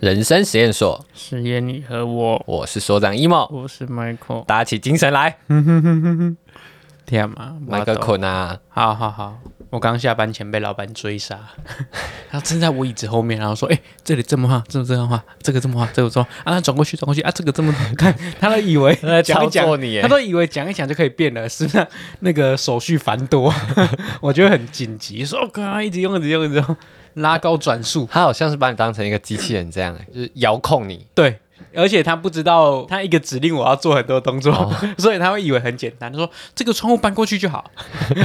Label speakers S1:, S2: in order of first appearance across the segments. S1: 人生实验所，
S2: 实验你和我，
S1: 我是所长 emo，
S2: 我是 Michael。
S1: 打起精神来，
S2: 天啊，
S1: 麦克困啊！
S2: 好好好，我刚下班前被老板追杀， 他正在我椅子后面，然后说：“哎、这里这么画，这么这样画，这个这么画，这个这么画啊，那转过去，转过去啊，这个这么 看。”他都以为
S1: 他在
S2: 讲一
S1: 操作
S2: 讲
S1: 你耶
S2: 他都以为讲一讲就可以变了，实际上那个手续繁多， 我觉得很紧急，说：“我刚刚一直用，一直用，一直用，拉高转速。”
S1: 他好像是把你当成一个机器人这样，就是遥控 你。
S2: 对，而且他不知道，他一个指令我要做很多动作，
S1: 哦
S2: 所以他会以为很简单，说这个窗户搬过去就好。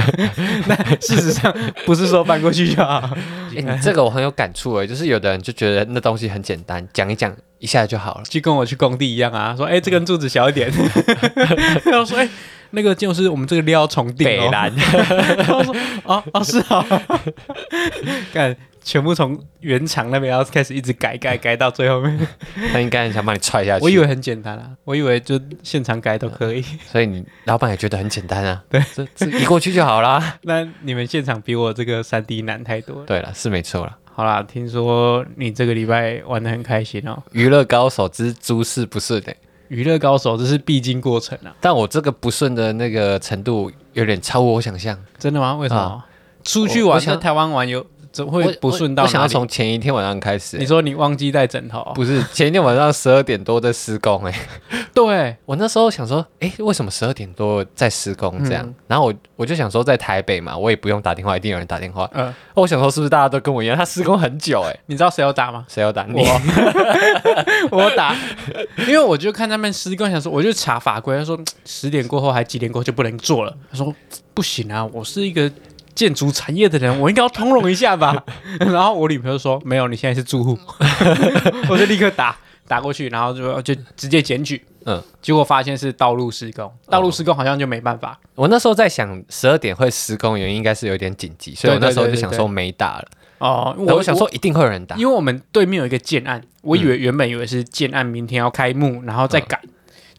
S2: 那事实上不是说搬过去就好，
S1: 哎、你这个我很有感触哎，就是有的人就觉得那东西很简单，讲一讲一下就好了。
S2: 就跟我去工地一样啊，说哎、这根柱子小一点， 然后说哎。那个就是我们这个料要重定
S1: 北
S2: 哦，
S1: 兰
S2: 然后说哦哦 是啊，看全部从原厂那边要开始一直改改改到最后面，
S1: 他应该很想把你踹下去。
S2: 我以为很简单啊，我以为就现场改都可以，
S1: 所以你老板也觉得很简单 啊，对，这这移过去就好啦。
S2: 那你们现场比我这个三 D 难太多了。
S1: 对了，是没错啦。
S2: 好啦，听说你这个礼拜玩的很开心哦。
S1: 娱乐高手之诸事不顺哎、
S2: 娱乐高手这是必经过程啊，
S1: 但我这个不顺的那个程度有点超乎我想象。
S2: 真的吗？为什么？
S1: 啊
S2: 出去
S1: 我
S2: 玩
S1: 我想
S2: 在台湾玩有怎
S1: 我
S2: 会不顺到
S1: 我想
S2: 哪
S1: 要
S2: 里？
S1: 从前一天晚上开始、
S2: 你说你忘记带枕头、哦？
S1: 不是前一天晚上十二点多在施工哎、
S2: 对，
S1: 我那时候想说，哎，为什么十二点多在施工这
S2: 嗯
S1: 样？然后我我就想说，在台北嘛，我也不用打电话，一定有人打电话。哦
S2: 嗯、
S1: 我想说，是不是大家都跟我一样，他施工很久哎、
S2: 你知道谁要打吗？
S1: 谁要打你？
S2: 我打，因为我就看他们施工，想说我就查法规，他说十点过后还几点过后就不能做了。他说不行啊，我是一个建筑产业的人，我应该要通融一下吧。 然后我女朋友说没有，你现在是住户， 我就立刻打打过去，然后就就直接检举。
S1: 嗯
S2: 嗯，哦结果发现是道路施工，道路施工好像就没办法。
S1: 我那时候在想，十二点会施工，原因应该是有点紧急，所以我那时候就想说没打了。
S2: 哦，
S1: 我想说一定会有人打，
S2: 因为我们对面有一个建案，我以为原本以为是建案明天要开幕，然后再改，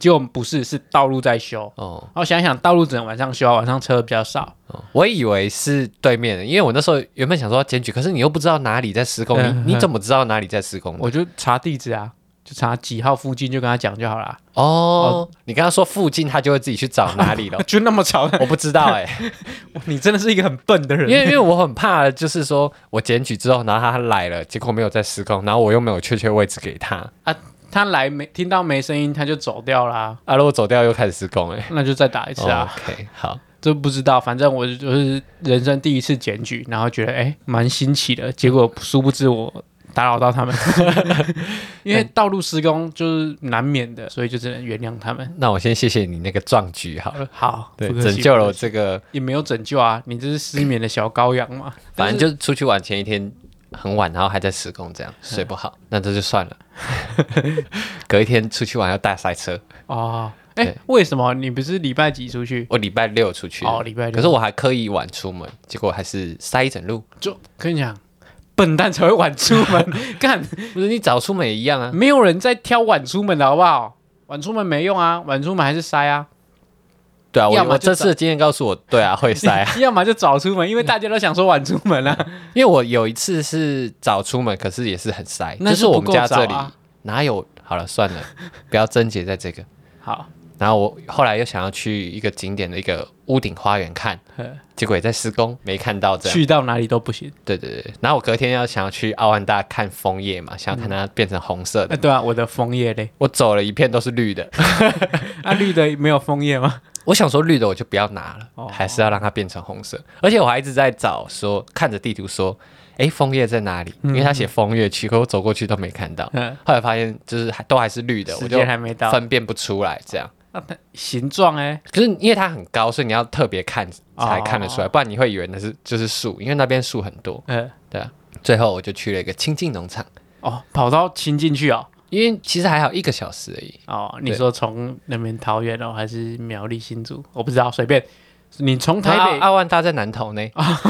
S2: 结果不是，是道路在修。
S1: 哦，
S2: 然后想一想，道路只能晚上修啊，晚上车比较少。
S1: 哦我以为是对面的，因为我那时候原本想说要检举，可是你又不知道哪里在施工，
S2: 嗯
S1: 你你怎么知道哪里在施工？
S2: 我就查地址啊，就查几号附近，就跟他讲就好啦。。
S1: 哦，你跟他说附近，他就会自己去找哪里了
S2: 就那么吵，
S1: 我不知道哎、
S2: 你真的是一个很笨的
S1: 因
S2: 人。
S1: 为因为我很怕，就是说我检举之后，然后他来了，结果没有在施工，然后我又没有确切位置给他，
S2: 他来没听到没声音，他就走掉啦，
S1: 啊，如果走掉又开始施工哎、
S2: 那就再打一次啊。
S1: o k 好，
S2: 这不知道，反正我就是人生第一次检举，然后觉得哎蛮新奇的，结果殊不知我打扰到他 们，因为道路施工就是难免的，所以就只能原谅他们。
S1: 那我先谢谢你那个壮举好了。
S2: 好，
S1: 对，
S2: 不客气
S1: 拯救了
S2: 不
S1: 我
S2: 客气
S1: 这个，
S2: 也没有拯救啊，你这是失眠的小羔羊 嘛？
S1: 反正就是出去玩前一天很晚，然后还在施工，这样睡不好，那这就算 了。隔一天出去玩要大塞车，
S2: 哦，哎、
S1: 对
S2: 为什么你不是礼拜几出去？
S1: 我礼拜六出去，
S2: 哦，礼拜六。
S1: 可是我还刻意晚出门，结果还是塞一整路。
S2: 就跟你讲，笨蛋才会晚出 门，干
S1: 不是你早出门也一样啊，
S2: 没有人在挑晚出门的好不好？晚出门没用啊，晚出门还是塞啊，
S1: 对啊，我
S2: 要么
S1: 我
S2: 就
S1: 这次的经验告诉我，对啊会塞啊，
S2: 要么就早出门，因为大家都想说晚出门 啊。
S1: 因为我有一次是早出门，可是也是很塞，
S2: 那
S1: 就是是我
S2: 不
S1: 们
S2: 够
S1: 家
S2: 早
S1: 这
S2: 啊
S1: 里哪有好了算了，不要纠结在这个。
S2: 好，
S1: 然后我后来又想要去一个景点的一个屋顶花园看
S2: 呵，
S1: 结果也在施工，没看到这样。
S2: 去到哪里都不 行。
S1: 对对对，然后我隔天要想要去奥万大看枫叶嘛，想要看它
S2: 嗯
S1: 变成红色的，
S2: 哎、对啊，我的枫叶嘞，
S1: 我走了一片都是绿的，
S2: 啊，绿的没有枫 叶吗？
S1: 我想说绿的我就不要拿了，
S2: 哦
S1: 还是要让它变成红色。而且我还一直在找说，看着地图说，哎，枫叶在哪里？因为它写枫叶区，可我走过去都没看到。
S2: 嗯，
S1: 后来发现就是还都还是绿啊的，我
S2: 时
S1: 就
S2: 间还没到。
S1: 分辨不出来这样。
S2: 啊它形状哎、
S1: 可是因为它很高，所以你要特别看
S2: 哦
S1: 才看得出来，不然你会以为那是就是树，因为那边树很多。
S2: 呃，
S1: 对啊，最后我就去了一个清境农场，
S2: 哦，跑到亲进去哦。
S1: 因为其实还好一个小时而已。
S2: 哦，你
S1: 对
S2: 说从那边桃园哦，还是苗栗新竹？我不知道，随便。你从台
S1: 台
S2: 北
S1: 北二万大在南投呢，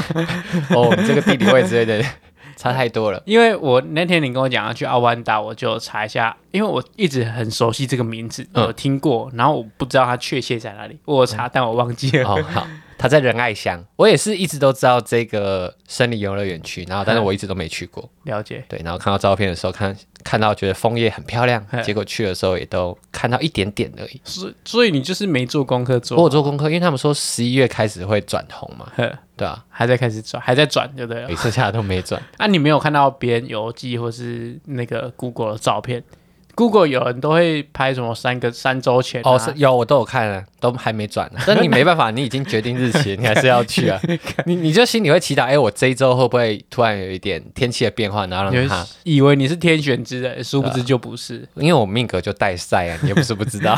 S1: 哦，我们这个地理位置有点 差太多了。
S2: 因为我那天你跟我讲要去奥万达，我就查一下，因为我一直很熟悉这个名字，
S1: 嗯
S2: 我有听过，然后我不知道它确切在哪里，我有查，但我忘记了。
S1: 哦，好，它在仁爱乡。我也是一直都知道这个森林游乐园区，然后但
S2: 嗯
S1: 是我一直都没去过。
S2: 了解，
S1: 对，然后看到照片的时候，看看到觉得枫叶很漂亮
S2: 嘿，
S1: 结果去的时候也都看到一点点而已。
S2: 所所以你就是没做功课
S1: 我有
S2: 做，
S1: 做功课，因为他们说十一月开始会转红嘛，
S2: 呵
S1: 对啊，
S2: 还在开始转，还在转，对不对了？
S1: 每次下来都没转。
S2: 啊，你没有看到别人游记或是那个 Google 的照片？Google 有人都会拍什么三个三周前、啊、
S1: 哦，是有我都有看了，都还没转呢。但你没办法，你已经决定日期，你还是要去啊。你你就心里会祈祷，哎、我这一周会不会突然有一点天气的变化，然后
S2: 你
S1: 让
S2: 会
S1: 它，
S2: 以为你是天选之人，殊不知就不是。
S1: 因为我命格就带晒啊，你又不是不知道。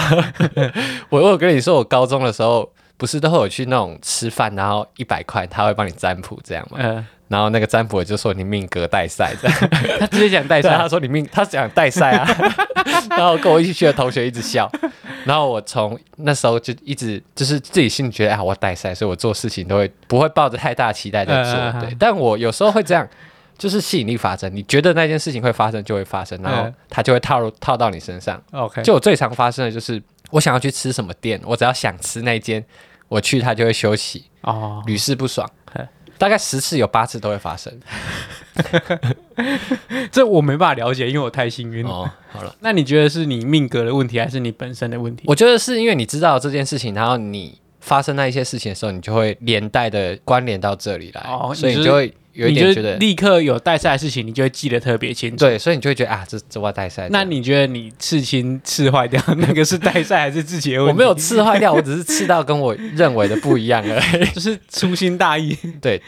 S1: 我我有跟你说，我高中的时候不是都会有去那种吃饭，然后一百块他会帮你占卜这样嘛，
S2: 嗯，
S1: 然后那个占卜就说你命格带晒这样。
S2: 他直接讲带
S1: 对啊，
S2: 上，
S1: 他说你命，他想带赛 啊，然后跟我一起去的同学一直笑，然后我从那时候就一直就是自己心里觉得啊，我带赛，所以我做事情都会不会抱着太大期待在做，
S2: 嗯嗯嗯
S1: 对，但我有时候会这样。就是吸引力法则，你觉得那件事情会发生就会发生，然后
S2: 嗯
S1: 它就会套入套到你身上。
S2: OK，
S1: 就我最常发生的就是，我想要去吃什么店，我只要想吃那间，我去它就会休息，
S2: 哦，
S1: 屡试不爽
S2: 嗯。
S1: 大概十次有八次都会发生。
S2: 这我没办法了解，因为我太幸运了。
S1: 哦，好了。
S2: 那你觉得是你命格的问题，还是你本身的问题？
S1: 我觉得是因为你知道这件事情，然后你发生那一些事情的时候，你就会连带的关联到这里来，
S2: 哦
S1: 所以
S2: 你
S1: 你
S2: 就是
S1: 就会有一点
S2: 你
S1: 觉
S2: 就
S1: 得
S2: 立刻有带赛的事情，你就会记得特别清楚。，
S1: 对，所以你就会觉得啊，这这我带赛。
S2: 那你觉得你刺青刺坏掉，那个是带赛还是自己的
S1: 这
S2: 问
S1: 样我
S2: 题？
S1: 没 有刺坏掉，我只是刺到跟我认为的不一样而已。
S2: 就是粗心大意。
S1: 对，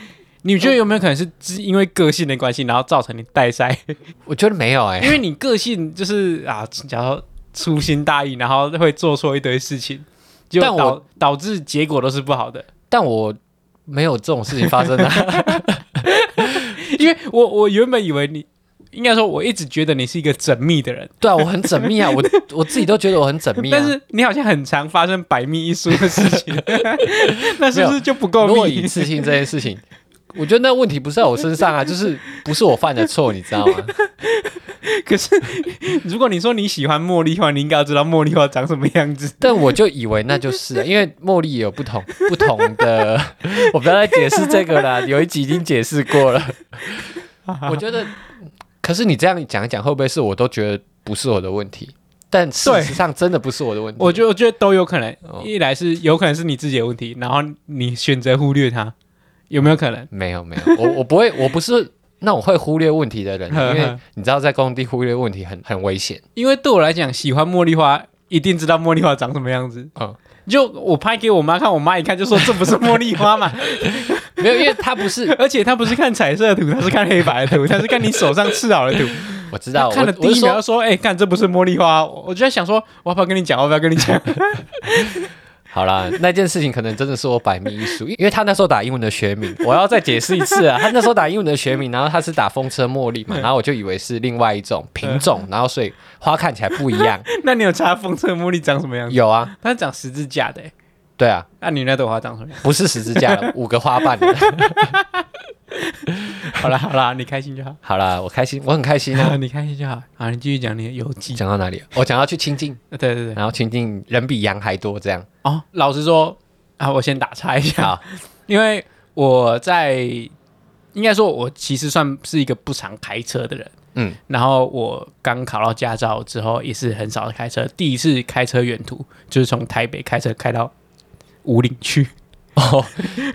S2: 你觉得有没有可能是只因为个性的关系，然后造成你带 塞？
S1: 我觉得没有哎、
S2: 因为你个性就是啊，假如粗心大意，然后会做错一堆事情，就
S1: 但我
S2: 导导致结果都是不好的。
S1: 但我没有这种事情发生啊。
S2: 因为我我原本以为你，应该说我一直觉得你是一个缜密的人，
S1: 对啊，我很缜密啊，我我自己都觉得我很缜密啊。
S2: 但是你好像很常发生百密一疏的事情， 那是不
S1: 没
S2: 是就不
S1: 如
S2: 够
S1: 果以
S2: 密？
S1: 刺青这件事情，我觉得那问题不是在我身上啊，就是不是我犯的错，你知道吗？
S2: 可是 如果你说你喜欢茉莉花，你应该要知道茉莉花长什么样子。
S1: 但我就以为那就是啊，因为茉莉也有不同不同的， 我不要再解释这个啦，有一集已经解释过了。我觉得，可是你这样讲一讲，会不会是我都觉得不是我的问题？但事
S2: 对
S1: 实上真的不是我的问题。
S2: 我觉得，我觉得都有可能。
S1: 哦
S2: 一来是有可能是你自己的问题，然后你选择忽略它，有没有可能？
S1: 没有没有，我我不会，我不是那种会忽略问题的人，因 为你知道在工地忽略问题很很危险。
S2: 因为对我来讲，喜欢茉莉花一定知道茉莉花长什么样子。
S1: 嗯，
S2: 就我拍给我妈看，我妈一看就说这不是茉莉花 嘛，
S1: 没有，因为他不是，
S2: 而且她不是看彩色的图，她是看黑白的 图，她是看你手上刺好的图。
S1: 我知道，
S2: 她看了
S1: 我
S2: 第
S1: 我是
S2: 一秒就
S1: 说，
S2: 说：“哎、看这不是茉莉花。”我我就在想说，我要不要跟你讲？我要不要跟你讲？
S1: 好啦，那件事情可能真的是我百密一疏，因因为他那时候打英文的学名，我要再解释一 次啊，他那时候打英文的学名，然后他是打风车茉莉嘛，
S2: 嗯
S1: 然后我就以为是另外一种品种，然后所以花看起来不一 样。
S2: 那你有查风车茉莉长什么样子？
S1: 有啊，
S2: 它是长十字架的、欸。
S1: 对啊，
S2: 那、你那朵花长什么样？
S1: 不是十字架了，五个花瓣了。
S2: 好啦好啦，你开心就好。
S1: 好啦，我开心，我很开心啊
S2: 啊，。你开心就好。好，你继续讲你的游记。
S1: 讲到哪里了？啊我讲到去清境，
S2: 对对对。
S1: 然后清境人比羊还多，这 样
S2: 哦，老实说啊，我先打岔一下，
S1: 好
S2: 因为我在应该说，我其实算是一个不常开车的人。
S1: 嗯，
S2: 然后我刚考到驾照之后，也是很少开车。第一次开车远途，就是从台北开车开到五岭去。
S1: 哦，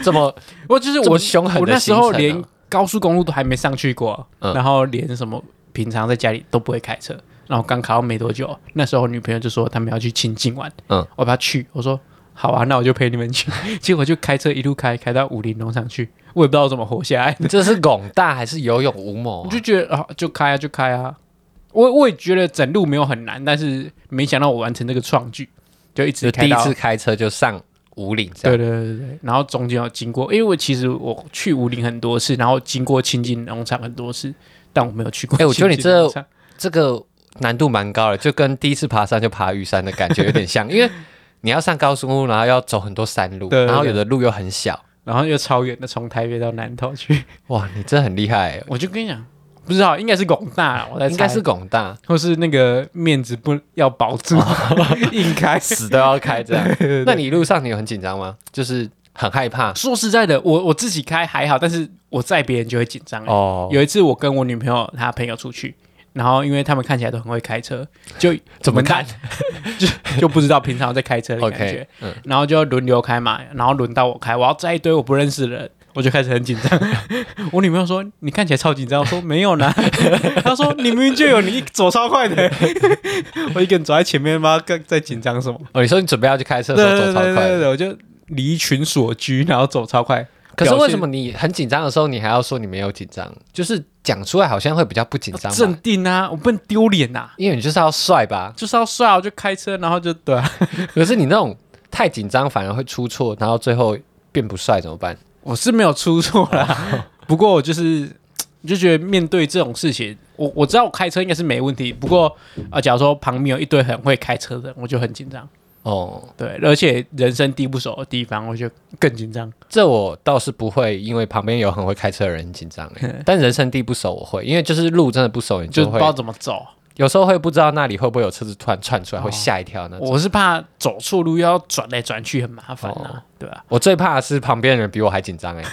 S1: 这么
S2: 我就是
S1: 这
S2: 我
S1: 么凶狠的
S2: 我那时
S1: 行
S2: 候
S1: 程哦
S2: 连高速公路都还没上去过，
S1: 嗯
S2: 然后连什么平常在家里都不会开车。然后刚考到没多久，那时候女朋友就说他们要去清境玩，
S1: 嗯
S2: 我要不要去？我说好啊，那我就陪你们去。 结果就开车一路开开到武林农场去，我也不知道我怎么活下来，
S1: 这是拱大还是有勇无谋
S2: 我
S1: 啊、
S2: 就觉得啊，就开啊就开啊。我我也觉得整路没有很难，但是没想到我完成这个创举，就一直
S1: 就
S2: 开
S1: 第一
S2: 到
S1: 次开车就上五岭，这
S2: 对
S1: 样
S2: 对对对，然后中间有经过，因为我其实我去五林很多次，然后经过清境农场很多次，但我没有去过
S1: 哎
S2: 清
S1: 我觉
S2: 境
S1: 得
S2: 农
S1: 你
S2: 场。
S1: 这这个难度蛮高的，就跟第一次爬山就爬玉山的感觉有点像，因为你要上高速公路，然后要走很多山路，
S2: 对对对
S1: 然后有的路又很小。
S2: 然后又超远的从台北到南投去，
S1: 哇，你真的很厉害欸，
S2: 我就跟你讲，不知道应该是广大啦，我在猜
S1: 应该是拱大，
S2: 或是那个面子不要保住，硬开。
S1: 死都要开这样。
S2: 对对对
S1: 那你一路上你有很紧张吗？就是很害怕
S2: 说实在的，我我自己开还好，但是我载别人就会紧张、欸。
S1: 哦。
S2: 有一次我跟我女朋友她朋友出去，然后因为他们看起来都很会开车，就
S1: 怎么看？
S2: 就就不知道平常在开车的感觉
S1: OK，嗯
S2: 然后就轮流开嘛，然后轮到我开，我要载一堆我不认识的人。我就开始很紧张， 我女朋友说：“你看起来超紧张。”我说：“ 没有呢。”她说：“你明明就有，你走超快的。”我一个人走在前面，妈更在紧张什么？
S1: 哦，你说你准备要去开车
S2: 对
S1: 的时
S2: 对
S1: 候走超
S2: 对对
S1: 快
S2: 对
S1: 的，
S2: 对，我就离群所居，然后走超快。
S1: 可是
S2: 表现
S1: 为什么你很紧张的时候，你还要说你没有紧张？就是讲出来好像会比较不紧张
S2: 镇
S1: 吧？
S2: 定啊，我不能丢脸呐、
S1: 因为你就是要帅吧？
S2: 就是要帅啊，我就开车，然后就对啊。
S1: 可是你那种太紧张反而会出错，然后最后变不帅怎么办？
S2: 我是没有出错啦， 不过我就是就觉得面对这种事情，我我知道我开车应该是没问题，不过啊、呃假如说旁边有一堆很会开车的人，我就很紧张。
S1: 哦，
S2: 对，而且人生地不熟的地方，我就更紧张。
S1: 这我倒是不会，因为旁边有很会开车的人很紧 张欸但人生地不熟我会，因为就是路真的不熟，你
S2: 就
S1: 就
S2: 不知
S1: 会
S2: 道怎么走。
S1: 有时候会不知道那里会不会有车子突然窜出来，会吓一跳那种。
S2: 我是怕走错路要转来转去很麻烦啊，对吧、
S1: 我最怕的是旁边的人比我还紧张 哎，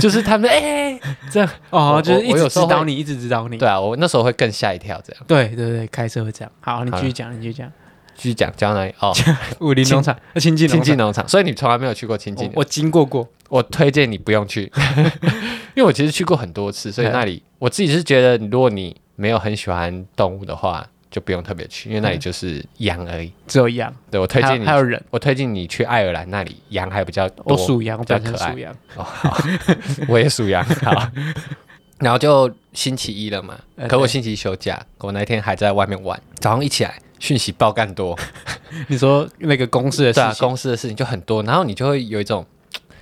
S1: 就是他们哎、欸这样
S2: 啊？
S1: 我
S2: 哦，就是一
S1: 我
S2: 直
S1: 有时候
S2: 指
S1: 会
S2: 导你，一直指导你。
S1: 对啊，我那时候会更吓一跳这样。
S2: 对对对，开车会这样。好，你
S1: 好
S2: 继续讲，你继续讲。
S1: 继续讲讲到哪里？ 哦，
S2: 武林农场，呃亲近农
S1: 亲
S2: 场
S1: 近农场，所以你从来没有去过亲近
S2: 我
S1: 农场。
S2: 我经过过，
S1: 我推荐你不用 去，因为我其实去过很多次，所以那
S2: 嗯
S1: 里我自己是觉得，如果你没有很喜欢动物的话，就不用特别去，因为那里就是羊而已。
S2: 只有羊，
S1: 对我推
S2: 嗯还
S1: 荐
S2: 有
S1: 你
S2: 还，有人，
S1: 我推荐你去爱尔兰那里，羊还比较
S2: 我
S1: 多。
S2: 属羊，我
S1: 比较
S2: 本身
S1: 可爱
S2: 属羊。
S1: 哦，好，我也属羊。好， 然后就星期一了嘛，
S2: 呃
S1: 可我
S2: 对
S1: 星期一休假，我那天还在外面玩，早上一起来讯息爆干多，
S2: 你说那个公司的
S1: 对啊
S2: 事，情，
S1: 公司的事情就很多，然后你就会有一种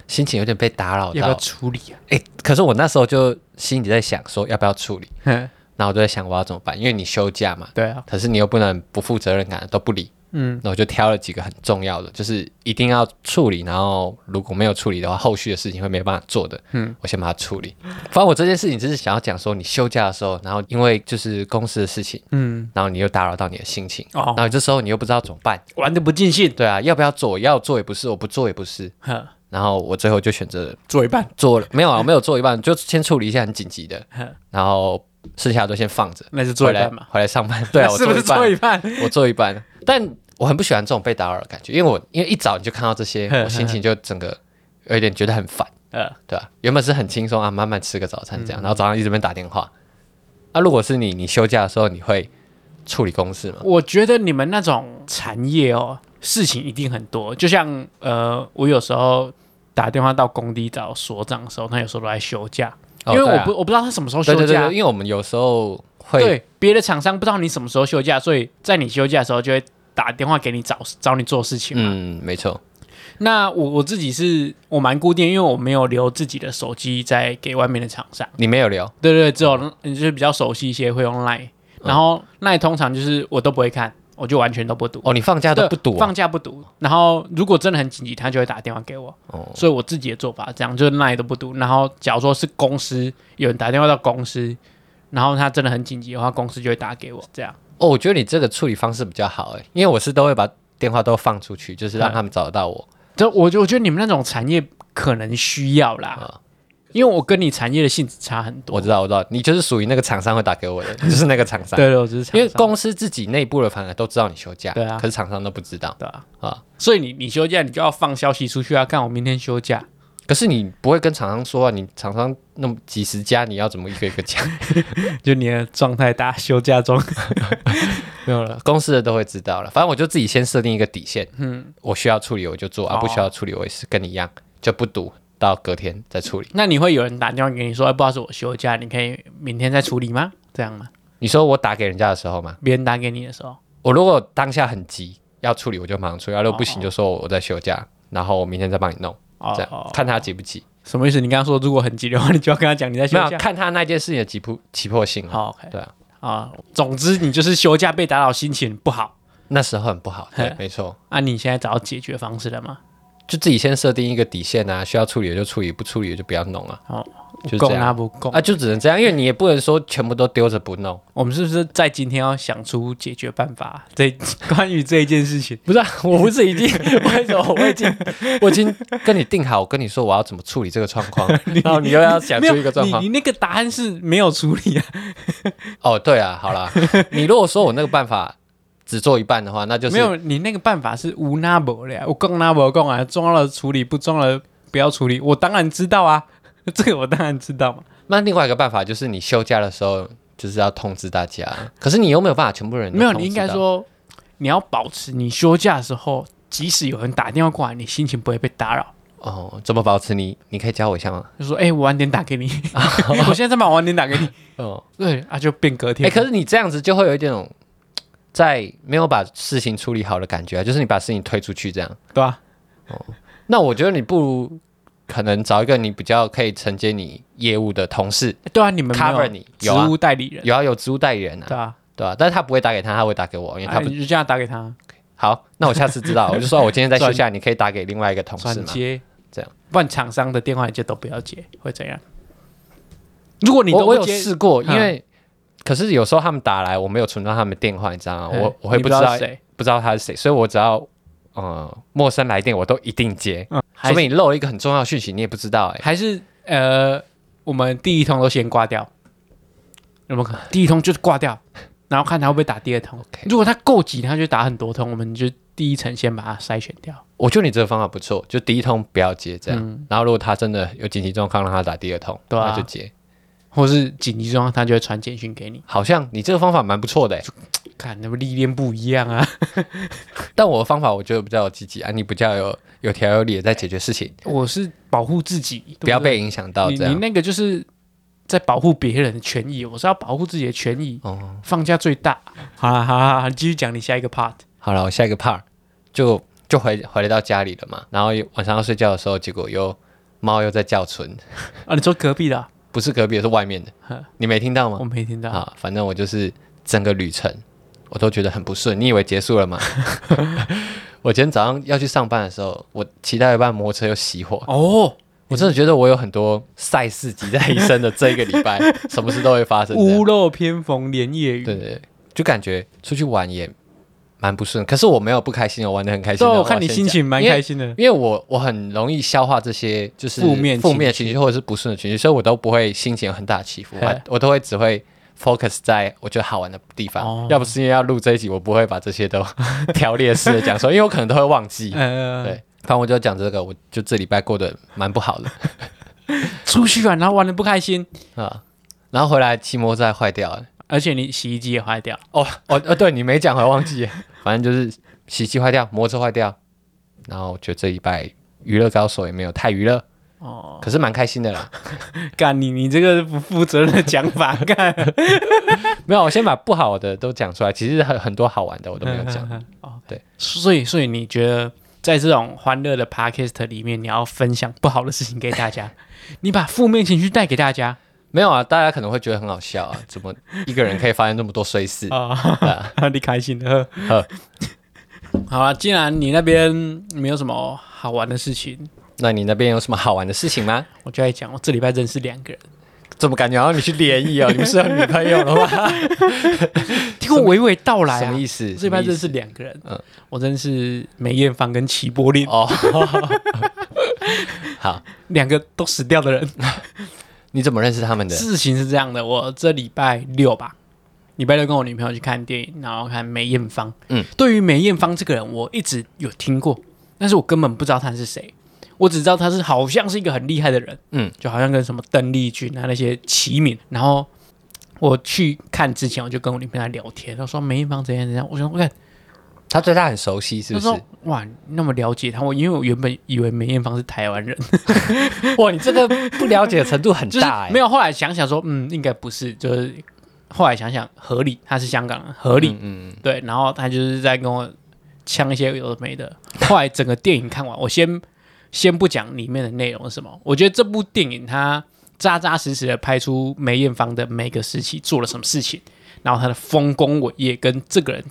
S1: 心情有点被打扰
S2: 要不
S1: 到。
S2: 要处理 啊？
S1: 哎、可是我那时候就心里在想说要不要处理，
S2: 哼
S1: 然后我就在想我要怎么办，因为你休假嘛，
S2: 对啊，
S1: 可是你又不能不负责任感都不理。
S2: 嗯，
S1: 那我就挑了几个很重要的，就是一定要处理，然后如果没有处理的话，后续的事情会没办法做的。嗯，我先把它处理。反正我这件事情只是想要讲说，你休假的时候，然后因为就是公司的事情，
S2: 嗯，
S1: 然后你又打扰到你的心情，
S2: 哦
S1: 然后这时候你又不知道怎么办。
S2: 玩的不尽兴，
S1: 对啊，要不要做？要做也不是，我不做也不是。
S2: 哼，
S1: 然后我最后就选择
S2: 做一半，
S1: 做了，没有啊，我没有做一半，就先处理一些很紧急 的
S2: 嗯，
S1: 然后剩下的都先放着，
S2: 那就做
S1: 回
S2: 一
S1: 来
S2: 半嘛。
S1: 回来上班。 对啊，我
S2: 是不是
S1: 做
S2: 做
S1: 一
S2: 一半？
S1: 半，我做一半，但我很不喜欢这种被打扰的感觉，因为我因为一早你就看到这 些，
S2: 嗯
S1: 我心情就整个有一点觉得很烦，
S2: 呃，
S1: 对吧、原本是很轻松啊，慢慢吃个早餐这
S2: 嗯
S1: 样，然后早上一直边打电话。啊，如果是你，你休假的时候你会处理公事吗？
S2: 我觉得你们那种产业哦，事情一定很多。就像呃，我有时候打电话到工地找所长的时候，他有时候都在休假，因
S1: 哦
S2: 为
S1: 对
S2: 我
S1: 啊
S2: 不我不知道他什么时候
S1: 对
S2: 休
S1: 对对
S2: 假
S1: 对，。因为我们有时候会
S2: 对，别的厂商不知道你什么时候休假，所以在你休假的时候就会打电话给你找找你做事情嘛。
S1: 嗯，没错，
S2: 那我我自己是我蛮固定，因为我没有留自己的手机在给外面的厂商。
S1: 你没有聊，
S2: 对对，对只有嗯就是比较熟悉一些会用
S1: 嗯
S2: Line，然后 Line 通常就是我都不会看，我就完全都不读。
S1: 哦，你放假
S2: 对，
S1: 都不读、啊
S2: 放，假不读。然后如果真的很紧急，他就会打电话给我。
S1: 哦
S2: 所以我自己的做法这样，就是 Line 都不读。然后假如说是公司有人打电话到公司，然后他真的很紧急的话，公司就会打给我这样。
S1: 哦，我觉得你这个处理方式比较好哎，因为我是都会把电话都放出去，就是让
S2: 嗯
S1: 他们找得到我。
S2: 这我就我觉得你们那种产业可能需要
S1: 啊
S2: 啦，因为我跟你产业的性质差很多。
S1: 我知道，我知道，你就是属于那个厂商会打给我的，你就是那个厂商。
S2: 对对，我只是厂商
S1: 因为公司自己内部的反而都知道你休假，
S2: 对啊
S1: 可是厂商都不知道
S2: 对啊，
S1: 啊。
S2: 所以你你休假你就要放消息出去啊，看我明天休假。
S1: 可是你不会跟厂商说啊，你厂商那么几十家，你要怎么一个一个讲？
S2: 就你的状态，大家休假中
S1: 没有了，公司的都会知道了。反正我就自己先设定一个底线，嗯，我需要处理我就做，啊，
S2: 哦
S1: 不需要处理我也是跟你一样，就不读到隔天再处理。
S2: 那你会有人打电话给你说，哎，不好意思，我休假，你可以明天再处理吗？这样吗？
S1: 你说我打给人家的时候吗？
S2: 别人打给你的时候，
S1: 我如果当下很急要处理，我就马上处理；，啊如果不行，
S2: 哦
S1: 就说我在休假，然后我明天再帮你弄，
S2: 哦
S1: 这样、
S2: 哦
S1: 看他急不急。
S2: 什么意思？你刚刚说如果很急的话，你就要跟他讲你在休
S1: 没有
S2: 假。
S1: 看他那件事情的急迫急迫性、啊，
S2: 好，OK，
S1: 对啊，
S2: 啊，总之你就是休假被打扰，心情不好。
S1: 那时候很不好，对
S2: 嘿，
S1: 没错，
S2: 啊，你现在找到解决方式了吗？
S1: 就自己先设定一个底线啊，需要处理的就处理，不处理的就不要弄啊。
S2: 哦，
S1: 就
S2: 供
S1: 这
S2: 啊
S1: 样
S2: 不供。
S1: 啊，就只能这样，因为你也不能说全部都丢着不 弄。
S2: 我们是不是在今天要想出解决办法？这关于这一件事 情，
S1: 不是、啊，我不是已经为什么我已经我已经跟你定好，我跟你说我要怎么处理这个状 况，然后你又要想
S2: 没有
S1: 出一个状况
S2: 你。你那个答案是没有处理啊。
S1: 哦，对啊，好啦，你如果说我那个办法只做一半的话，那就是
S2: 没有，你那个办法是无那不 E 的呀，我供那不供啊，装了处理，不装了不要处理。我当然知道啊， 这个我当然知道嘛。
S1: 那另外一个办法就是你休假的时候就是要通知大家，可是你又没有办法全部人都
S2: 没有，
S1: 通
S2: 你
S1: 知
S2: 应该
S1: 到，
S2: 说你要保持你休假的时候，即使有人打电话过来，你心情不会被打扰。
S1: 哦，怎么保持你？你可以教我一下吗？
S2: 就说：“哎、我晚点打给 你，我现在在忙，我晚点打给你。
S1: 哦，”
S2: 对啊，就变隔
S1: 哎、
S2: 天。
S1: 可是你这样子就会有一点那种在没有把事情处理好的感觉啊，就是你把事情推出去这样。
S2: 对啊，
S1: 那我觉得你不如可能找一个你比较可以承接你业务的同事
S2: 对啊，你们没
S1: cover
S2: 有
S1: 你，
S2: 职
S1: 有啊，
S2: 务代理人，
S1: 有啊，有职务代理人啊，
S2: 对啊，
S1: 对吧、但是他不会打给他，他会打给我，因为
S2: 啊
S1: 他不、
S2: 你就这样打给他，
S1: 好。那我下次知道，我就说我今天 在休假，你可以打给另外一个同事
S2: 转
S1: 嘛。
S2: 接
S1: 这样，
S2: 不然厂商的电话你就都不要接，会怎样？如果你
S1: 我
S2: 都
S1: 我
S2: 不
S1: 有
S2: 接，
S1: 试过，
S2: 嗯
S1: 因为可是有时候他们打来，我没有存到他们电话，你知道吗？
S2: 嗯
S1: 啊我我会
S2: 你
S1: 不
S2: 不
S1: 知道哎
S2: 谁，
S1: 不知道他是谁，所以我只要呃陌生来电，我都一定接。
S2: 嗯，
S1: 除
S2: 还
S1: 非
S2: 是
S1: 你漏了一个很重要的讯息，你也不知道哎、
S2: 还是呃，我们第一通都先挂掉，有没有可能？第一通就是 挂掉，然后看他会不会打第二通。
S1: OK
S2: 如果他够急，他就打很多通，我们就第一层先把它筛选掉。
S1: 我觉得你这个方法不错，就第一通不要接这样。
S2: 嗯
S1: 然后如果他真的有紧急状况，让他打第二通，
S2: 对啊
S1: 那就接。
S2: 或是紧急状况，他就会传简讯给你。
S1: 好像你这个方法蛮不错的欸，
S2: 看，那不历练不一样啊。
S1: 但我的方法我觉得比较有积极啊，你比较有有条有理的在解决事情，
S2: 我是保护自己，对
S1: 不要
S2: 对
S1: 被影响到
S2: 你
S1: 哦这
S2: 你
S1: 样。
S2: 那个就是在保护别人的权益，我是要保护自己的权益。
S1: 哦，
S2: 放假最大。好啦好啦好啦，你继续讲你下一个 part。
S1: 好了，我下一个 part 就就回回来到家里了嘛，然后晚上要睡觉的时候，结果又猫又在叫春，
S2: 啊，你说隔壁的啊、
S1: 不是隔壁，是外面的
S2: 呵，
S1: 你没听到吗？
S2: 我没听到。
S1: 啊，反正我就是整个旅程我都觉得很不顺。你以为结束了 吗？我今天早上要去上班的时候，我骑到一半摩托车又熄 火，
S2: 哦，
S1: 我真的觉得我有很多赛事集在一身的这一个礼 拜，什么事都会发生这样。
S2: 屋漏偏逢连夜雨。
S1: 对对对，就感觉出去玩也蛮不顺。可是我没有不开心，我玩的很开心
S2: 对
S1: 的。
S2: 啊，我
S1: 要
S2: 看你
S1: 先
S2: 心
S1: 讲
S2: 情蛮
S1: 因为
S2: 开心的。呃
S1: 因为我我很容易消化这些就是
S2: 负面
S1: 负
S2: 情
S1: 面情绪或者是不顺的情绪，所以我都不会心情有很大的起伏，我
S2: 嘿
S1: 我都会只会 focus 在我觉得好玩的地方。
S2: 哦
S1: 要不是因为要录这一集，我不会把这些都 条列式的讲出来，因为我可能都会忘记。
S2: 呃，
S1: 对，反正我就讲这个，我就这礼拜过得蛮不好的
S2: 出去玩然后玩的不开心，
S1: 啊。然后回来骑摩托车还坏掉了，
S2: 而且你洗衣机也坏掉，
S1: 哦哦哦，对你没讲，我忘记。反正就是洗衣机坏掉，摩托车坏掉，然后就这礼拜娱乐高手也没有太娱乐哦，可是蛮开心的啦。
S2: 干你你这个不负责任的讲 法，干。
S1: 没有，我先把不好的都讲出来。其实很很多好玩的我都没有讲。
S2: 哦，
S1: 对，
S2: 所以所以你觉得在这种欢乐的 podcast 里面，你要分享不好的事情给大家，你把负面情绪带给大家
S1: 没有啊，大家可能会觉得很好笑啊，怎么一个人可以发生那么多衰事？
S2: 啊，你开心的
S1: 呵。
S2: 好了，既然你那边没有什么好玩的事情，
S1: 那你那边有什么好玩的事情吗？
S2: 我就来讲。我这礼拜认识两个人，
S1: 怎么感觉好像你去联谊哦？你们是有女朋友了吗？
S2: 听我娓娓道来
S1: 什
S2: 啊
S1: 么。意思？
S2: 这礼拜
S1: 什么
S2: 认
S1: 意思
S2: 识两个人，
S1: 嗯
S2: 我认识梅艳芳跟齐柏林，
S1: 哦。 好，
S2: 两个都死掉的人。
S1: 你怎么认识他们的？
S2: 事情是这样的，我这礼拜六吧，礼拜六跟我女朋友去看电影，然后看梅艳芳。
S1: 嗯，
S2: 对于梅艳芳这个人，我一直有听过，但是我根本不知道她是谁，我只知道她是好像是一个很厉害的人，
S1: 嗯，
S2: 就好像跟什么邓丽君啊那些齐名。然后我去看之前，我就跟我女朋友在聊天，她说梅艳芳怎样怎样，我想我看，
S1: 他对他很熟悉，是
S2: 她
S1: 不
S2: 说
S1: 是？
S2: 哇，你那么了解她，我因为我原本以为梅艳芳是台湾人，
S1: 哇，你这个不了解的程度很
S2: 就是
S1: 大哎。
S2: 没
S1: 有，
S2: 有。后来想想说，嗯，应该不是，就是后来想想合理，他是香港人，合理。
S1: 嗯，
S2: 对，然后他就是在跟我呛一些有的没的。后来整个电影看完，我先先不讲里面的内容是什么，我觉得这部电影它扎扎实实的拍出梅艳芳的每个时期做了什么事情，然后她的丰功伟业跟这个人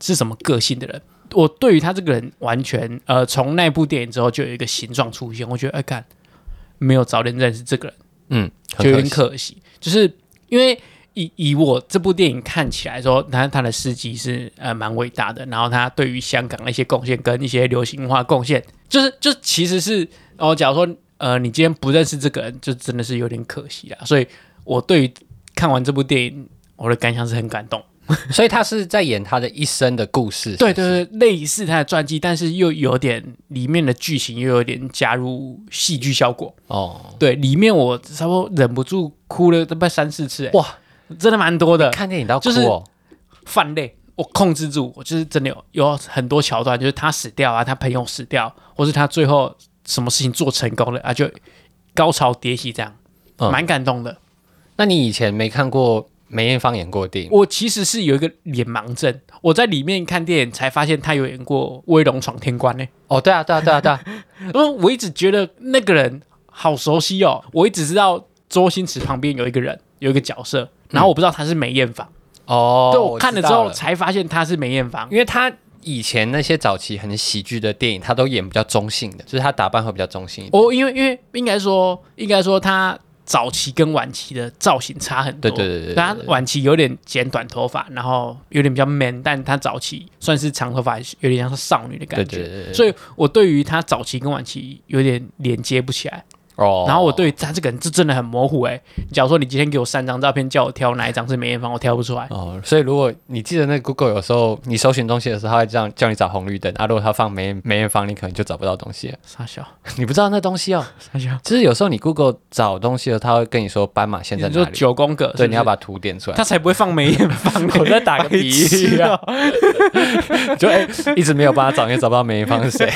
S2: 是什么个性的人。我对于他这个人完全呃，从那部电影之后就有一个形状出现，我觉得哎，看没有早点认识这个人，
S1: 嗯，很
S2: 就有点
S1: 可惜
S2: 可惜，就是因为以以我这部电影看起来说，他他的事迹是呃蛮伟大的，然后他对于香港的一些贡献跟一些流行文化贡献，就是就其实是哦，假如说呃你今天不认识这个人，就真的是有点可惜啦。所以我对于看完这部电影，我的感想是很感动。
S1: 所以他是在演他的一生的故事。
S2: 对
S1: 是不是，
S2: 对对，类似他的传记，但是又有点里面的剧情又有点加入戏剧效果。
S1: 哦，
S2: 对，里面我差不多忍不住哭了，大概三四次、欸，
S1: 哇，
S2: 真的蛮多的。
S1: 看电影到哭
S2: 就是
S1: 哦，
S2: 犯累，我控制住，我就是真的有有很多桥段，就是他死掉啊，他朋友死掉，或是他最后什么事情做成功了啊，就高潮迭起这样，
S1: 嗯
S2: 蛮感动的。
S1: 那你以前没看过梅艳芳演过的电影？
S2: 我其实是有一个脸盲症，我在里面看电影才发现他有演过《威龙闯天关》呢、
S1: 哦，对啊，对啊，对啊， 对啊，
S2: 因为我一直觉得那个人好熟悉哦，我一直知道周星驰旁边有一个人，有一个角色，然后我不知道他是梅艳芳，
S1: 哦，
S2: 对我看
S1: 知
S2: 了之
S1: 道
S2: 后才发现他是梅艳芳。
S1: 因为他以前那些早期很喜剧的电影，他都演比较中性的，就是他打扮会比较中性一点。
S2: 哦，因为因为应该说，应该说他早期跟晚期的造型差很
S1: 对
S2: 多。
S1: 对对对对
S2: 他晚期有点剪短头发，然后有点比较 man，但他早期算是长头发，有点像是少女的感
S1: 对
S2: 觉。
S1: 对对对
S2: 所以我对于他早期跟晚期有点连接不起来，
S1: 哦，
S2: 然后我对他这个人就真的很模糊哎、假如说你今天给我三张照片，叫我挑哪一张是梅艳芳，我挑不出来。
S1: 哦，所以如果你记得那个 Google 有时候你搜寻东西的时候，它会这样叫你找红绿灯啊，如果它放梅梅艳芳，你可能就找不到东西了。
S2: 傻笑，
S1: 你不知道那东西哦，
S2: 傻笑。
S1: 就是有时候你 Google 找东西的时候，它会跟你说斑马线在
S2: 你
S1: 哪
S2: 说
S1: 里。
S2: 九宫格，是不
S1: 对，
S2: 是
S1: 你要把图点出来
S2: 他。才不会放梅艳芳、欸。
S1: 我在打个比喻啊
S2: 白痴哦
S1: 就、哎一直没有帮他找，也找不到梅艳芳是 谁。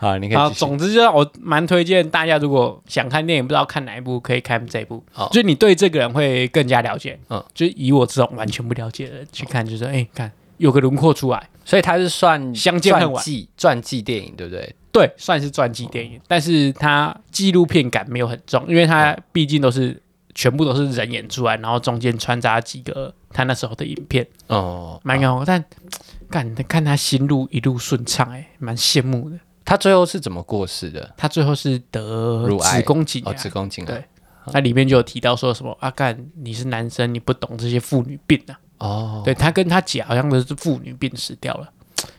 S1: 好，你可
S2: 啊，
S1: 以继续。
S2: 总之就是我蛮推荐大家，如果想看电影不知道看哪一部，可以看这一部。
S1: 好
S2: 就你对这个人会更加了解。
S1: 嗯
S2: 嗯，就是以我这种完全不了解的人去看，就是哎、看有个轮廓出来，
S1: 所以它是算
S2: 相见恨
S1: 传
S2: 晚
S1: 记传记电影，对不对？
S2: 对，算是传记电影，但是它纪录片感没有很重，因为它毕竟都是全部都是人演出来，然后中间穿插几个他那时候的影片，
S1: 哦，
S2: 蛮感动。但看看他心路一路顺畅，哎，蛮羡慕的。
S1: 他最后是怎么过世的？
S2: 他最后是得
S1: 乳癌
S2: 子宫颈啊
S1: 哦，
S2: 癌。
S1: 子宫颈癌
S2: 对。那里面就有提到说什么阿干、干你是男生，你不懂这些妇女病啊。
S1: 哦，
S2: 对他跟他姐好像都是妇女病死掉了，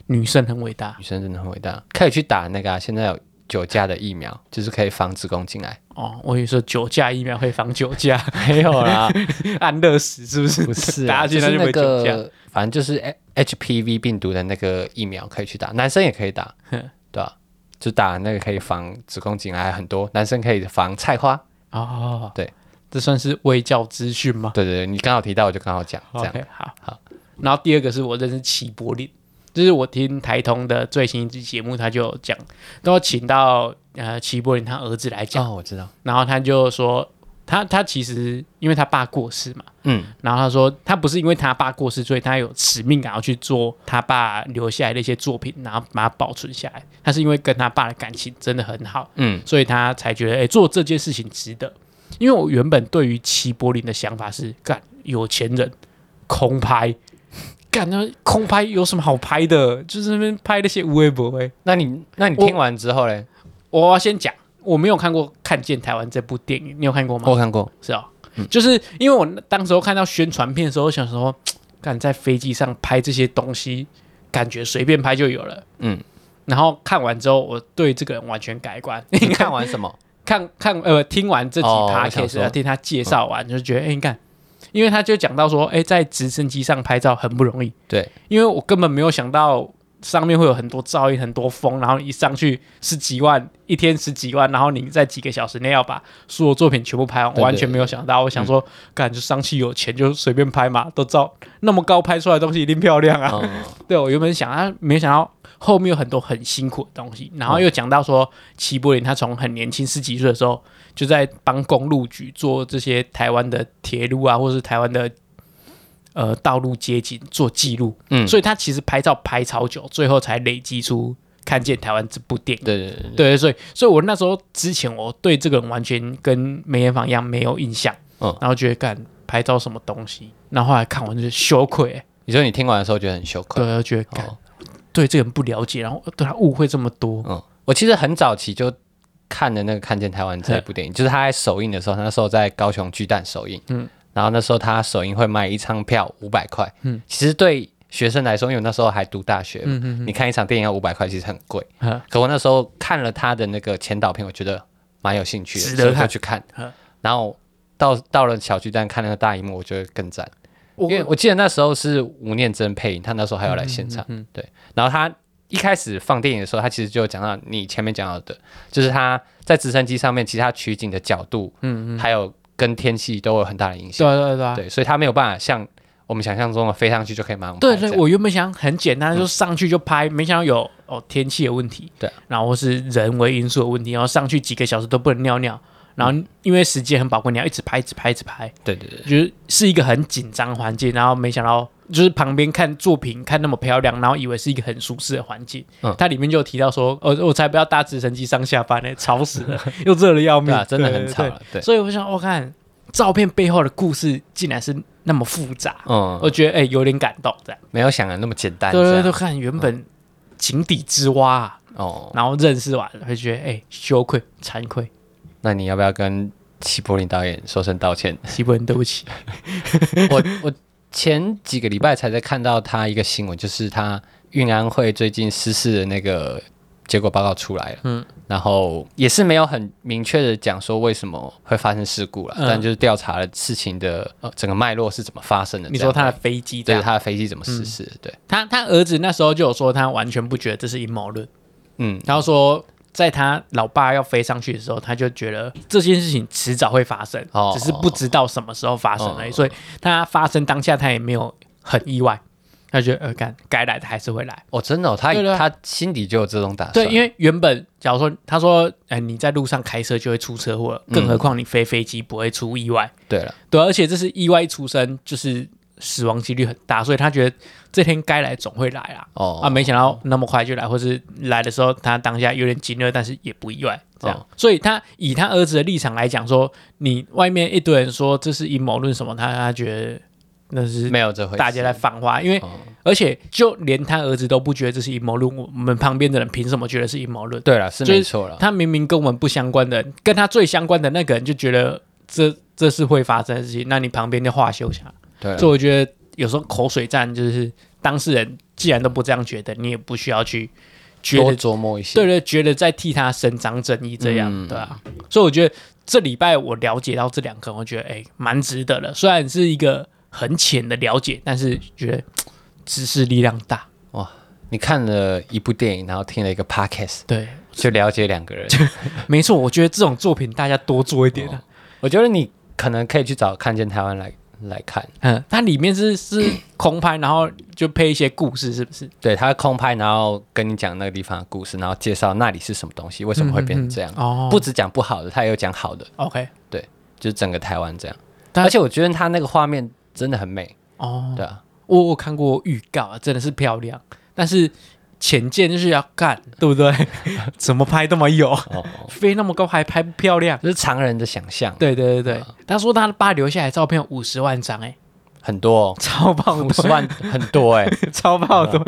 S2: 女生很伟大
S1: 女生真的很伟大，可以去打那个、啊、现在有九价的疫苗，就是可以防子宫颈癌。
S2: 哦。我有时候酒驾疫苗会防酒驾，
S1: 没有啦，
S2: 安乐死 是不是？
S1: 不是啊、
S2: 大家
S1: 就
S2: 现
S1: 是
S2: 在就
S1: 那
S2: 没酒驾。
S1: 个，反正就是 H P V 病毒的那个疫苗可以去打，男生也可以打，
S2: 哼
S1: 对吧、就打那个可以防子宫颈癌很多，男生可以防菜花。
S2: 哦，
S1: 对，
S2: 这算是卫教资讯吗？
S1: 对对对，你刚好提到，我就刚好讲这样。
S2: OK，好
S1: 好。
S2: 然后第二个是我认识齐柏林，就是我听台通的最新一期节目，他就有讲，都请到呃齐柏林他儿子来讲，
S1: 哦，我知道，
S2: 然后他就说他他其实因为他爸过世嘛。
S1: 嗯，
S2: 然后他说，他不是因为他爸过世，所以他有使命感要去做他爸留下来的一些作品，然后把它保存下来。他是因为跟他爸的感情真的很好，
S1: 嗯，
S2: 所以他才觉得，哎，做这件事情值得。因为我原本对于齐柏林的想法是，干有钱人空拍，干那空拍有什么好拍的？就是那边拍那些无微博哎。
S1: 那你那你
S2: 我
S1: 听完之后嘞，
S2: 我要先讲，我没有看过《看见台湾》这部电影，你有看过吗？
S1: 我看 过，
S2: 是哦，
S1: 嗯
S2: 就是因为我那当时候看到宣传片的时候，我想说，敢在飞机上拍这些东西，感觉随便拍就有了。
S1: 嗯，
S2: 然后看完之后，我对这个人完全改观。
S1: 你看完什么？
S2: 看看呃，听完这几
S1: 哦我
S2: p
S1: 想
S2: a c a s
S1: 说嗯
S2: 听他介绍完，就觉得哎，你看，因为他就讲到说，哎，在直升机上拍照很不容易，
S1: 对，
S2: 因为我根本没有想到。上面会有很多噪音、很多风，然后一上去十几万，一天十几万，然后你在几个小时内要把所有作品全部拍完，
S1: 对
S2: 我完全没有想到。我想说，感觉上期有钱就随便拍嘛，都照那么高拍出来的东西一定漂亮啊。
S1: 嗯，
S2: 对我原本想，他没想到后面有很多很辛苦的东西，
S1: 嗯
S2: 然后又讲到说，齐柏林他从很年轻十几岁的时候就在帮公路局做这些台湾的铁路啊，或是台湾的呃道路街景做记录，
S1: 嗯
S2: 所以他其实拍照拍超久，最后才累积出《看见台湾》这部电影。
S1: 对对对对，
S2: 对，所以所以我那时候之前我对这个人完全跟梅艳芳一样没有印象，
S1: 嗯
S2: 然后觉得干拍照什么东西，然后后来看完就是羞愧、欸，
S1: 你说你听完的时候觉得很羞愧。
S2: 对，就觉得干。
S1: 哦，
S2: 对这个人不了解，然后对他误会这么多，
S1: 嗯，我其实很早期就看的那个《看见台湾》这一部电影，就是他在首映的时候，那时候在高雄巨蛋首映，嗯，然后那时候他首映会卖一张票五百块，嗯，其实对学生来说，因为我那时候还读大学嘛，你看一场电影要五百块，其实很贵，
S2: 嗯
S1: 可我那时候看了他的那个前导片，我觉得蛮有兴趣的，
S2: 值得
S1: 所以我就
S2: 看
S1: 去看
S2: 嗯，
S1: 然后到到了小巨蛋看那个大荧幕，我觉得更赞。因为
S2: 我
S1: 我记得那时候是吴念真配音，他那时候还要来现
S2: 嗯
S1: 场，对。然后他一开始放电影的时候，他其实就有讲到你前面讲到的，就是他在直升机上面，其实他取景的角度，嗯还有跟天气都有很大的影
S2: 对
S1: 响，
S2: 啊对啊对啊。
S1: 对，所以他没有办法像我们想象中的飞上去就可以马上
S2: 对
S1: 拍
S2: 对，
S1: 这样
S2: 我原本想很简单，就上去就拍，没想到有哦天气的问题，
S1: 对啊，
S2: 然后或是人为因素的问题，然后上去几个小时都不能尿尿，然后因为时间很宝贵，你要一直拍，一直拍，一直拍，
S1: 对嗯对对，
S2: 就是是一个很紧张的环境，然后没想到就是旁边看作品看那么漂亮，然后以为是一个很舒适的环境，
S1: 嗯
S2: 它里面就有提到说，呃，我才不要搭直升机上下班呢、吵死了， 又热的要命，
S1: 对啊，真的很
S2: 对
S1: 吵
S2: 对
S1: 了，对，
S2: 所以我想，我、看照片背后的故事竟然是那么复杂，
S1: 嗯，
S2: 我觉得哎、有点感动，这样。
S1: 没有想的那么简单，
S2: 对
S1: 这
S2: 对
S1: 样
S2: 对，看原本井底之蛙、啊，
S1: 哦，
S2: 然后认识完会觉得哎、羞愧惭愧，
S1: 那你要不要跟齐柏林导演说声道歉？
S2: 西伯人对 不起，
S1: 我我前几个礼拜才在看到他一个新闻，就是他运安会最近失事的那个结果报告出来了，嗯，然后也是没有很明确的讲说为什么会发生事故了，
S2: 嗯
S1: 但就是调查了事情的、呃、整个脉络是怎么发生的。
S2: 你说
S1: 这
S2: 他
S1: 样
S2: 的飞机啊嗯这
S1: 对
S2: 样，
S1: 他的飞机怎么失事的？对，
S2: 他他儿子那时候就有说他完全不觉得这是阴谋论，
S1: 嗯，
S2: 然后说在他老爸要飞上去的时候，他就觉得这件事情迟早会发生，
S1: 哦
S2: 只是不知道什么时候发生而已，
S1: 哦
S2: 所以他发生当下他也没有很意外，他觉得呃，干该来的还是会来。
S1: 哦，真的、哦，他
S2: 对对
S1: 他心里就有这种打算，
S2: 对，因
S1: 为
S2: 为原本假如说他说，哎，你在路上开车就会出车祸，更何
S1: 嗯
S2: 况你飞飞机不会出意外。
S1: 对了，
S2: 对，啊而且这是意外出生，就是死亡几率很大，所以他觉得这天该来总会来啦。
S1: 哦
S2: 啊，没想到那么快就来，或是来的时候他当下有点惊愕，但是也不意外。这样，
S1: 哦
S2: 所以他以他儿子的立场来讲说，你外面一堆人说这是阴谋论什么，他他觉得那是
S1: 没有这回事，
S2: 大家在放话，因为
S1: 哦
S2: 而且就连他儿子都不觉得这是阴谋论，我们旁边的人凭什么觉得是阴谋论？
S1: 对啊了，是
S2: 就是
S1: 没错了，
S2: 他明明跟我们不相关的人，跟他最相关的那个人就觉得这这是会发生的事情，那你旁边的话休想。
S1: 对
S2: 所以
S1: 了，
S2: 我觉得有时候口水战就是当事人既然都不这样觉得，你也不需要去觉
S1: 多
S2: 得
S1: 琢磨一些，
S2: 对对，觉得在替他伸张正义这样，
S1: 嗯
S2: 对啊。所以我觉得这礼拜我了解到这两个，我觉得哎蛮值得的，虽然是一个很浅的了解，但是觉得嗯知识力量大，
S1: 你看了一部电影，然后听了一个 podcast，
S2: 对。
S1: 就了解两个人。
S2: 没错，我觉得这种作品大家多做一点啊。
S1: 我觉得你可能可以去找《看见台湾来》来看，
S2: 嗯，它里面是是空拍，然后就配一些故事，是不是？
S1: 对他空拍，然后跟你讲那个地方的故事，然后介绍那里是什么东西，为什么会变成这样。
S2: 哦
S1: 不只讲不好的，他也有讲好的，
S2: ，OK，
S1: 就是整个台湾这样。
S2: 但
S1: 而且我觉得他那个画面真的很美，
S2: 哦，
S1: 对啊，
S2: 我我看过预告啊，真的是漂亮，但是浅见就是要干，对不对？ 怎么拍都没有，
S1: 哦，
S2: 飞那么高还拍不漂亮。
S1: 就是常人的想象，
S2: 对对对对，他说他爸留下来照片五十万张，哎，
S1: 很多、哦，
S2: 超棒
S1: 五十
S2: 多，
S1: 万 很多 哎、
S2: 超棒多。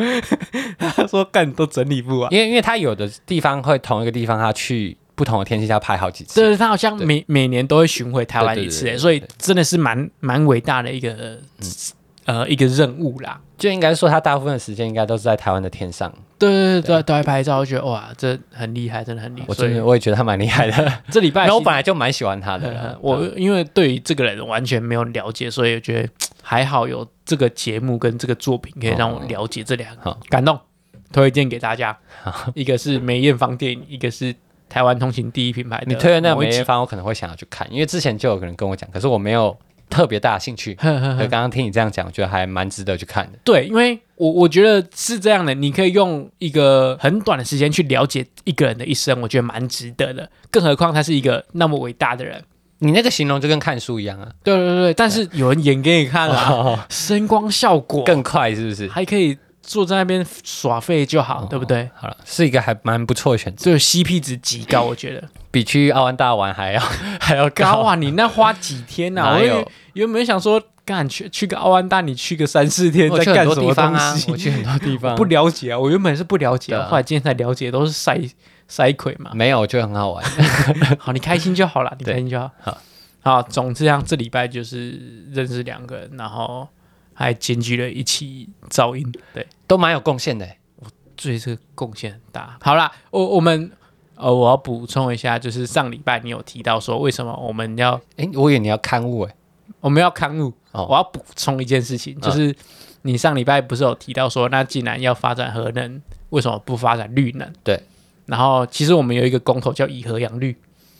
S2: 他说干都整理不完。
S1: 因为因为他有的地方会同一个地方，他去不同的天气下拍好几次，
S2: 对，他好像
S1: 对
S2: 每每年都会巡回台湾一
S1: 对对
S2: 次，
S1: 对
S2: 哎
S1: 对
S2: 所以真的是蛮蛮伟大的一个呃一个任务啦。
S1: 就应该说他大部分的时间应该都是在台湾的天上。
S2: 对对对，都都在拍照，我觉得哇，这很厉害，真的很厉害。
S1: 我
S2: 所
S1: 真
S2: 以
S1: 的我也觉得他蛮厉 害的。
S2: 这礼拜
S1: 然
S2: 是，
S1: 后我本来就蛮喜欢他的
S2: 呃
S1: 啦，
S2: 我因为对于这个人完全没有了解，所以我觉得嘖还好有这个节目跟这个作品可以让我了解这两个，
S1: 好
S2: 感动，推荐给大家。一个是梅艳芳电影，一个是台湾通行第一品牌的
S1: 你推的那个
S2: 某一
S1: 梅
S2: 集
S1: 艳芳，我可能会想要去看，因为之前就有人跟我讲，可是我没有特别大的兴趣。可刚刚听你这样讲，我觉得还蛮值得去看的。
S2: 对，因为我我觉得是这样的，你可以用一个很短的时间去了解一个人的一生，我觉得蛮值得的。更何况他是一个那么伟大的人。
S1: 你那个形容就跟看书一样啊，
S2: 对对对，但是有人演给你 看了，
S1: 哦
S2: 声光效果
S1: 更快是不是？
S2: 还可以坐在那边耍废就好，
S1: 哦
S2: 对不对？
S1: 好了，是一个还蛮不错的选择，
S2: 这 CP 值极高，我觉得
S1: 比去奥湾大玩还要还要
S2: 高
S1: 高。
S2: 啊！你那花几天啊？
S1: 哪
S2: 我
S1: 有
S2: 原原本想说，干去去个奥安大，你去个三四天，
S1: 我
S2: 在
S1: 去很
S2: 干
S1: 多
S2: 什
S1: 地
S2: 么
S1: 方
S2: 东
S1: 啊，
S2: 西
S1: 我？去很多地方
S2: 不了解啊，我原本是不晒不了解
S1: 对
S2: 啊，
S1: 啊
S2: 后来今天才了解，都是晒塞葵 嘛。
S1: 没有，我觉得很好玩。
S2: 好，你开心就好了，你
S1: 对
S2: 开心就好。
S1: 好，
S2: 好，总之像这礼拜就是认识两个人，然后还兼具了一起噪音，对，
S1: 都蛮有贡献的欸。
S2: 对这个贡献很大。好啦，我我们呃，我要补充一下，就是上礼拜你有提到说为什么我们要
S1: 哎，我以为你要刊物哎，
S2: 我们要刊物，
S1: 哦
S2: 我要补充一件事情，就是你上礼拜不是有提到说，那既然要发展核能，为什么不发展绿能？
S1: 对。
S2: 然后其实我们有一个公投叫以核养绿，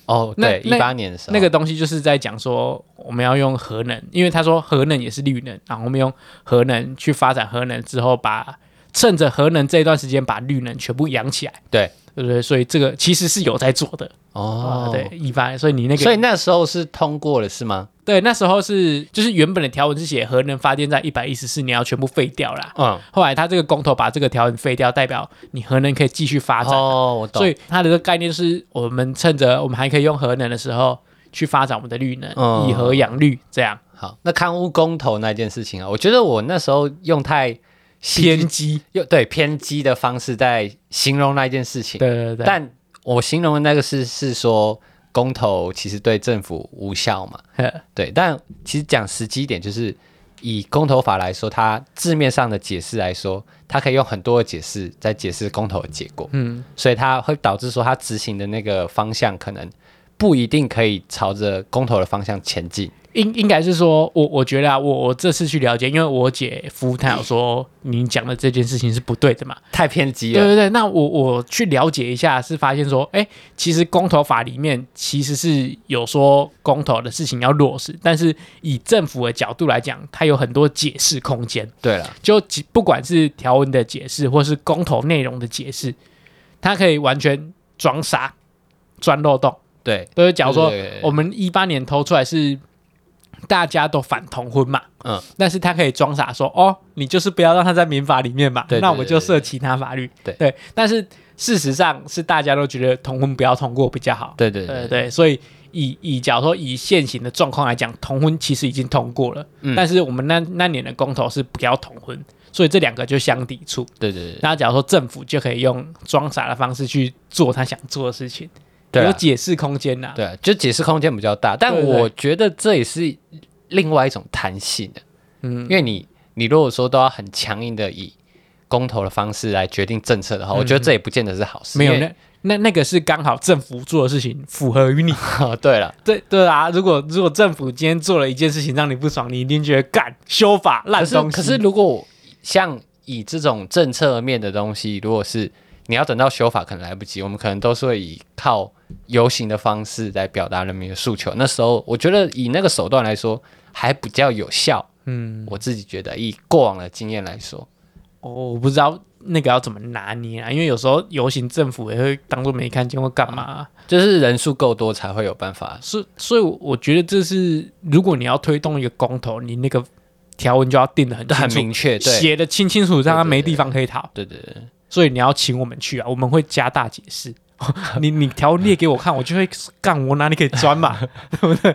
S1: 哦，
S2: 那
S1: 对，一
S2: 那
S1: 八年的时候，
S2: 那个东西就是在讲说我们要用核能，因为他说核能也是绿能，然后我们用核能去发展核能之后把趁着核能这一段时间把绿能全部养起来，
S1: 对
S2: 对不对？所以这个其实是有在做的，
S1: 哦
S2: 啊，，对，，一般，所以你那个
S1: 所以那时候是通过了是吗？
S2: 对，那时候是就是原本的条文是写核能发电在一百一十四年要全部废掉啦。
S1: 嗯，
S2: 后来他这个公投把这个条文废掉，代表你核能可以继续发展。
S1: 哦，我懂，
S2: 所以它的这个概念就是，我们趁着我们还可以用核能的时候，去发展我们的绿能，
S1: 嗯
S2: 以核养绿，这样
S1: 好，那刊物公投那件事情啊，我觉得我那时候用太戏剧
S2: 偏激。
S1: 用对偏激的方式在形容那件事情，
S2: 对对对，
S1: 但我形容的那个是是说公投其实对政府无效嘛，
S2: 呵
S1: 对，但其实讲实际一点，就是以公投法来说，它字面上的解释来说，它可以用很多的解释在解释公投的结果，
S2: 嗯，
S1: 所以它会导致说它执行的那个方向可能不一定可以朝着公投的方向前进。
S2: 应应该是说，我我觉得啊，我我这次去了解，因为我姐夫她有说你讲的这件事情是不对的嘛，
S1: 太偏激
S2: 对
S1: 了，
S2: 对对，那我我去了解一下，是发现说，哎，其实公投法里面其实是有说公投的事情要落实，但是以政府的角度来讲，它有很多解释空间。
S1: 对了，
S2: 就即不管是条文的解释，或是公投内容的解释，它可以完全装傻、钻漏洞。
S1: 对，
S2: 就是假如说
S1: 对对对对
S2: 我们一八年投出来是大家都反同婚嘛，
S1: 嗯，
S2: 但是他可以装傻说，哦，你就是不要让他在民法里面嘛，
S1: 对对
S2: 那我们就设其他法律，
S1: 对
S2: 对，但是事实上是大家都觉得同婚不要通过比较好，
S1: 对对
S2: 对呃
S1: 对，
S2: 对，所以以以假如说以现行的状况来讲，同婚其实已经通过了，
S1: 嗯
S2: 但是我们那那年的公投是不要同婚，所以这两个就相抵触。
S1: 对对对对
S2: 那假如说政府就可以用装傻的方式去做他想做的事情，
S1: 对
S2: 有
S1: 啊，
S2: 解释空间呐、
S1: 对啊，就解释空间比较大，但
S2: 对对对
S1: 我觉得这也是另外一种弹性的，
S2: 嗯
S1: 因为你你如果说都要很强硬的以公投的方式来决定政策的话，我觉得这也不见得是好事，
S2: 嗯没有
S1: 因为
S2: 那那那个是刚好政府做的事情符合于你，
S1: 哦， 对了，
S2: 对对啊。如果如果政府今天做了一件事情让你不爽，你一定觉得干修法烂
S1: 可是
S2: 东西。
S1: 可是如果像以这种政策面的东西，如果是你要等到修法，可能来不及，我们可能都是会以靠游行的方式来表达人民的诉求。那时候我觉得以那个手段来说，还比较有效。嗯，我自己觉得以过往的经验来说，
S2: 哦，我不知道那个要怎么拿捏啊，因为有时候游行政府也会当做没看见或干嘛、
S1: 就是人数够多才会有办法。
S2: 所所以我我觉得这是如果你要推动一个公投，你那个条文就要定的很
S1: 很
S2: 清
S1: 明确，
S2: 楚，
S1: 对，
S2: 写的清清楚，让他没地方可以逃。
S1: 对对对，
S2: 所以你要请我们去啊，我们会加大解释。 你你条列给我看，我就会干，我哪里可以钻嘛， 对不对？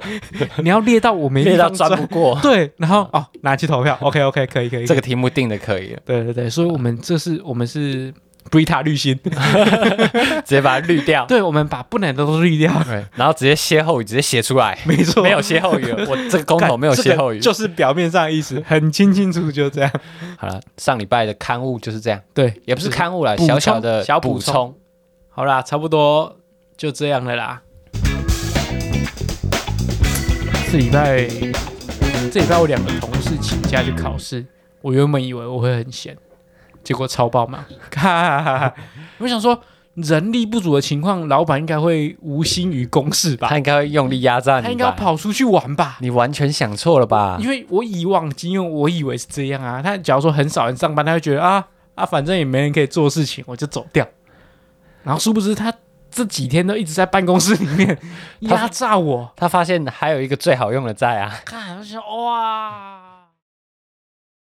S2: 你要列到我没地方钻，
S1: 过，
S2: 对，然后哦拿去投票，OK OK 可以可 以，
S1: 这
S2: 个
S1: 个题目定的可以了，
S2: 对对对，所以我们这是我们是 Brita 滤芯，
S1: 直接把它滤掉，
S2: 对我们把不能的都滤 掉，
S1: 对，然后直接歇后语直接写出来，
S2: 没错，
S1: 没有歇后语了，我这个 公投没有
S2: 干
S1: 歇后语，
S2: 这个就是表面上的意思，很清清楚楚就这样。
S1: 好了，上礼拜的刊物就是这样，
S2: 对，
S1: 也不是刊物啦，
S2: 补充
S1: 小小的
S2: 小补
S1: 补充。
S2: 好啦，差不多就这样了啦。这礼拜，这礼拜我两个同事请假去考试，我原本以为我会很闲，结果超爆忙。 哈哈哈哈！我想说，人力不足的情况，老板应该会无心于公事吧？
S1: 他应该会用力压榨你吧？
S2: 他应该要跑出去玩吧？
S1: 你完全想错了吧？
S2: 因为我以往经验，我以为是这样啊。他假如说很少人上班，他会觉得啊啊，反正也没人可以做事情，我就走掉。然后殊不知他这几天都一直在办公室里面
S1: 他
S2: 压榨我，
S1: 他发现还有一个最好用的在啊。
S2: 看我就想哇。